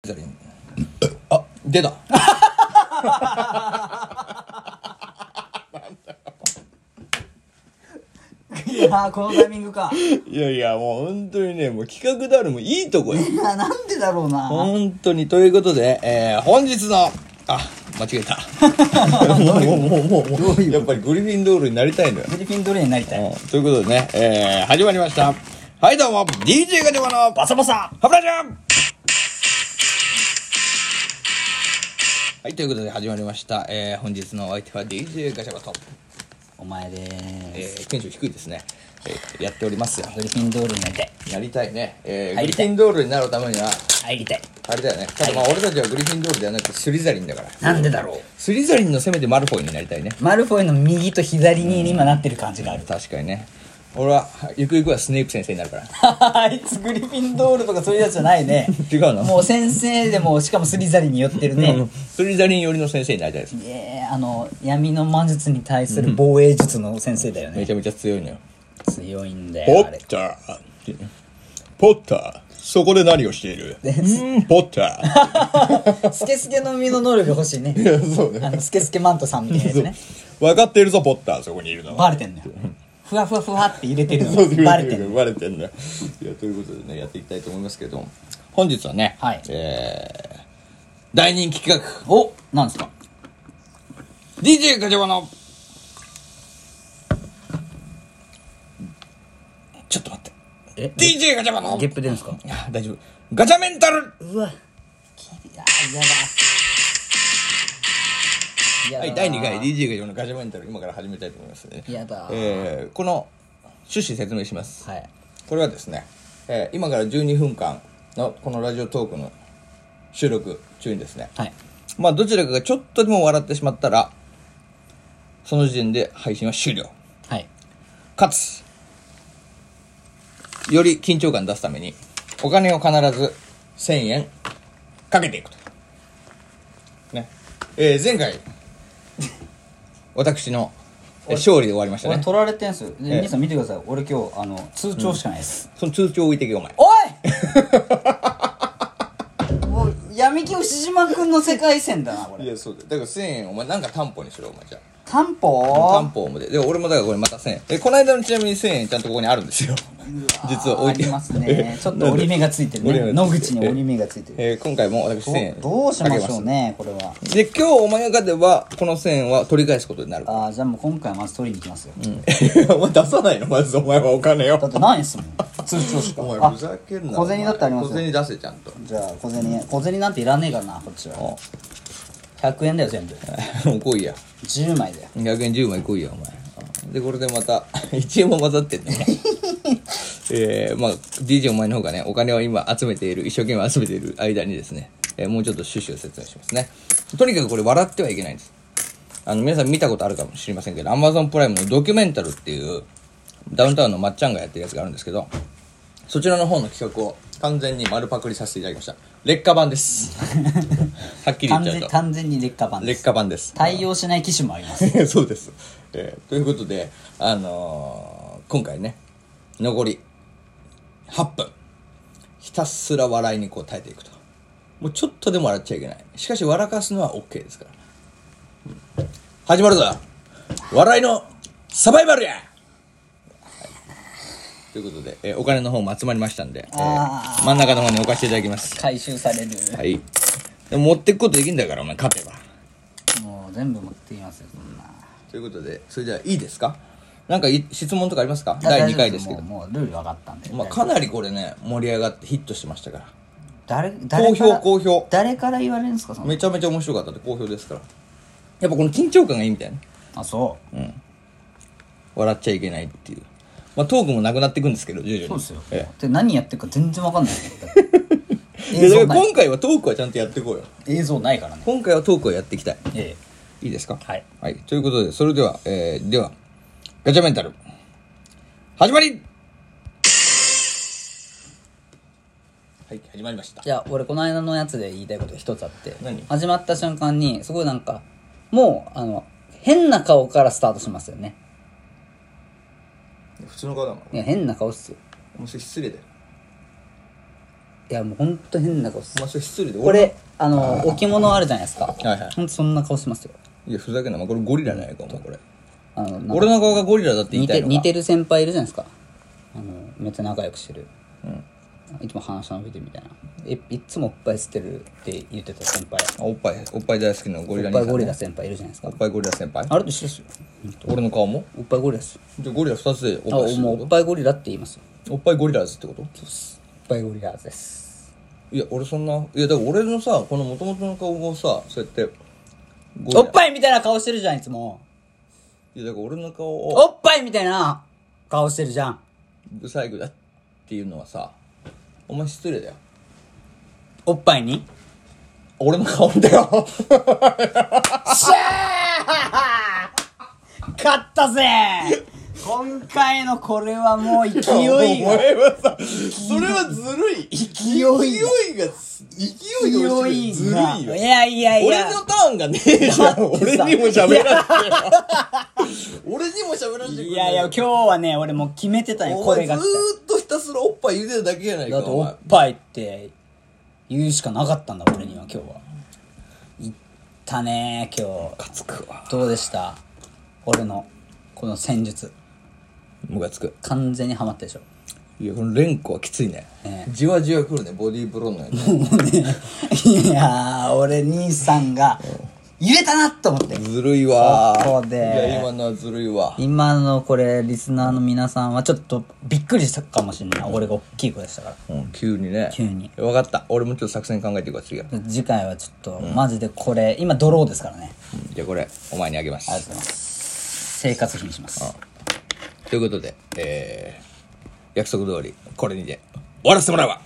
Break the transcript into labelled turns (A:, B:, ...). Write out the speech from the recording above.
A: ったらいいのあ出た
B: いやーこのタイミングかい
A: いやいやもう本当にねもう企画だるもいいとこよ
B: やなんでだろうな
A: 本当にということで、えー本日のあ間違え たもうもうもうもうやっぱりグリフィンドールになりたいんだよ
B: フィリピン奴隷になりたい
A: うんということでね、えー始まりましたはいどうも DJ ガチャマの
B: バサバサ
A: ハブラジャンはい、ということで始まりました。えー、本日のお相手は DJ ガチャバと、
B: お前でー
A: え
B: す
A: ー、テンション低いですね。えーやっておりますよ。
B: フィリピン奴隷になりたい
A: やりたいね。えー、
B: 入
A: グ
B: り
A: リフ
B: たい
A: ィンドールになるためには、
B: 入りたい
A: あれだよね。ただまあ、俺たちはグリフィンドールではなくスリザリンだから。
B: なんでだろう
A: スリザリンの攻めでマルフォイになりたいね。
B: マルフォイの右と左に今なってる感じがある
A: 確かにね。俺は、ゆくゆくはスネープ先生になるから。
B: あいつグリフィンドールとかそういうやつじゃないね
A: 違うの
B: もう先生でもしかもスリザリに寄ってるね
A: スリザリン寄りの先生になりたいです。
B: いやーあの闇の魔術に対する防衛術の先生だよ
A: め
B: ね
A: ちゃめちゃ強いのよ。
B: 強いんだ
A: ポ
B: よあれ
A: ッターポッターそこで何をしているうーん、ポッター
B: スケスケの身の能力欲しい ね
A: そう
B: あのスケスケマントさんみたいなやつね
A: 分かっているぞ、ポッターそこにいるのは。
B: バレてんのよふわふわふわって入れてる
A: そう
B: のバレてんの
A: バレてんだよ。いや、ということでね、やっていきたいと思いますけれども、本日はね、
B: はい
A: えー、大人気企画、
B: おなんですか
A: DJ ガチャバの、ちょっと待
B: え
A: って、DJ ガチャバの、
B: ゲップ出るんですか
A: いや大丈夫、ガチャメンタル
B: うわきびあ嫌だ嫌だ
A: はい、第2回 DJ が用のガチャメンタル今から始めたいと思いますね
B: やだ
A: えーこの趣旨説明します
B: はい
A: これはですね、えー今から12分間のこのラジオトークの収録中にですね
B: はい
A: まあどちらかがちょっとでも笑ってしまったらその時点で配信は終了
B: はい
A: かつより緊張感出すためにお金を必ず1000円かけていくとねえー前回私のえー勝利で終わりました
B: 俺
A: ね
B: 取られてんすよ
A: ええ
B: 兄さん見てください俺今日あの通帳しかないです
A: その通帳置いてけよお前
B: おいもう闇金牛島くんの世界線だなこ
A: い
B: れ
A: やそうだよだから1000円お前なんか担保にしろお前じゃあ
B: 担
A: 担
B: 保
A: 保もでで俺もだからこれまた1000円えこの間のちなみに1000円ちゃんとここにあるんですよ実は置いて
B: あります ねちょっと 折り目がついてるね野口に折り目がついてる
A: えー今回も私1000円
B: どうしましょう
A: か
B: ねこれは
A: けますで今日お前が勝てばこの1000円は取り返すことになる
B: ああじゃあもう今回はまず取りに行きますよ
A: い やお前出さないのまずお前はお金
B: だ
A: を
B: ってないですもん通帳しか
A: お
B: あ
A: 前ふざけんな
B: 小銭だってあります
A: 小
B: よ
A: 銭出せちゃんと
B: じゃあ小銭小銭なんていらねえからなこっちは100円だよ全部
A: もう来いや
B: 10枚だよ
A: 200円10枚来いやお前でこれでまた 1円も混ざってん ねえー、まあ DJ お前の方がねお金を今集めている一生懸命集めている間にですね、えーもうちょっと趣旨を説明しますねとにかくこれ笑ってはいけないんですあの皆さん見たことあるかもしれませんけど Amazon プライムのドキュメンタルっていうダウンタウンのまっちゃんがやってるやつがあるんですけどそちらの方の企画を完全に丸パクリさせていただきました劣化版です はっきり言っ
B: 完
A: ちゃう
B: 全
A: と
B: 完全に劣化版で
A: 劣
B: す
A: 化版です
B: 対応しない機種もありま す
A: そうです、えーということで、あのー今回ね残り8分ひたすら笑いにこう耐えていくともうちょっとでも笑っちゃいけないしかし笑かすのは OK ですから、うん始まるぞ笑いのサバイバルや、はいということで、えーお金の方も集まりましたんで、えー
B: あ
A: 真ん中の方に置かせていただきます
B: 回収される
A: はいでも持ってくことできんだからお前勝てば
B: もう全部持っていますよそんな
A: ということでそれじゃあいいですかなんかい質問とかありますか
B: いや
A: 第2回
B: 大丈
A: で
B: 夫
A: すけど、
B: もうもうルール分かったんで、
A: まあ、かなりこれね盛り上がってヒットしてましたか
B: 誰
A: ら
B: 誰
A: 好
B: から
A: 評好評
B: 誰から言われるんですかその
A: めちゃめちゃ面白かったって好評ですからやっぱこの緊張感がいいみたいな
B: あそう、
A: 笑っちゃいけないっていう、まあ、トークもなくなっていくんですけど徐々に
B: そうですよ、
A: え
B: で何やってるか全然分 かんない
A: えい
B: 映
A: や
B: 像
A: だか
B: な
A: ら
B: い
A: 今回はトークはちゃんとやっていこうよ
B: 映像ないからね
A: 今回はトークをやっていきたい
B: え
A: いいですか
B: はい、
A: ということでそれでは、えーではガチャメンタル始まりはい始まりました
B: いや俺この間のやつで言いたいこと一つあって
A: 何
B: 始まった瞬間にすごいなんかもうあの変な顔からスタートしますよね
A: 普通の顔だもん
B: いや変な顔っすよ
A: もうそれ失礼だよ
B: いやもうほんと変な顔す
A: お
B: る
A: 前それ失礼で
B: これあの置物あるじゃないですか
A: いはい
B: ほんとそんな顔しますよ
A: いやふざけんなお前これゴリラじゃないかお前これ
B: あのなんか
A: 俺の顔がゴリラだって言い
B: 似
A: たい
B: て
A: のか
B: 似てる先輩いるじゃないですかあのめっちゃ仲良くしてる、いつも話伸びてるみたいなえいっつもおっぱい吸ってるって言ってた先輩
A: あおっぱいおっぱい大好きなゴリ
B: お
A: ラ兄
B: っぱ
A: さ
B: い
A: ん
B: ゴリラ先輩いるじゃないです
A: お
B: か
A: っぱいゴリラ先輩
B: あれと一緒ですよ
A: 俺の顔も
B: おっぱいゴリラですよ
A: じゃあゴリラ2つで
B: あ
A: おっぱいしてる
B: もうおっぱいゴリラって言いますよ
A: おっぱいゴリラーズってこと
B: おっぱいゴリラです
A: いや俺そんないやだから俺のさこの元々の顔をさそうやってゴリラ
B: おっぱいみたいな顔してるじゃんいつも
A: いやだから俺の顔を
B: おっぱいみたいな顔してるじゃん
A: ブサイクだっていうのはさお前失礼だよ
B: おっぱいに
A: 俺の顔だよ
B: シャー勝ったぜ今回のこれはもう勢
A: お
B: いが
A: 前はさそれはずるい
B: 勢いが
A: 勢いが勢いが落ちてるずるいよ
B: いやいやい
A: 俺
B: や
A: のターンがねえじゃん俺にも喋らせてよ俺にも喋らせてくれ
B: いやいや今日はね俺もう決めてたよ
A: お
B: これ
A: 前ず
B: が
A: ー
B: 来
A: っとひたすらおっぱい茹でるだけじゃない
B: た
A: か
B: だと
A: お
B: お
A: 前
B: っぱいって言うしかなかったんだ俺には今日はいったね今
A: ムカつくわ
B: 日どうでした俺のこの戦術
A: ムカつく
B: 完全にハマったでしょ
A: いやこの連呼はきついね、
B: え
A: じわじわくるねボディーブローのやつ
B: もうね、いやー、俺、兄さんが、言えたなと思って。
A: ずるいわー
B: ここで
A: いや今のはずるいわ
B: 今のこれ、リスナーの皆さんは、ちょっとびっくりしたかもしれない。俺が大きい声でしたから。
A: うん、急にね
B: 急に
A: 分かった俺もちょっと作戦考えていくわ次は、
B: 次回はちょっと、マジでこれ、今、ドローですからね。
A: うんじゃあこれお前にあげます
B: ありがとうございます。生活費にします。
A: ということでえー、約束通りこれにて終わらせてもらうわ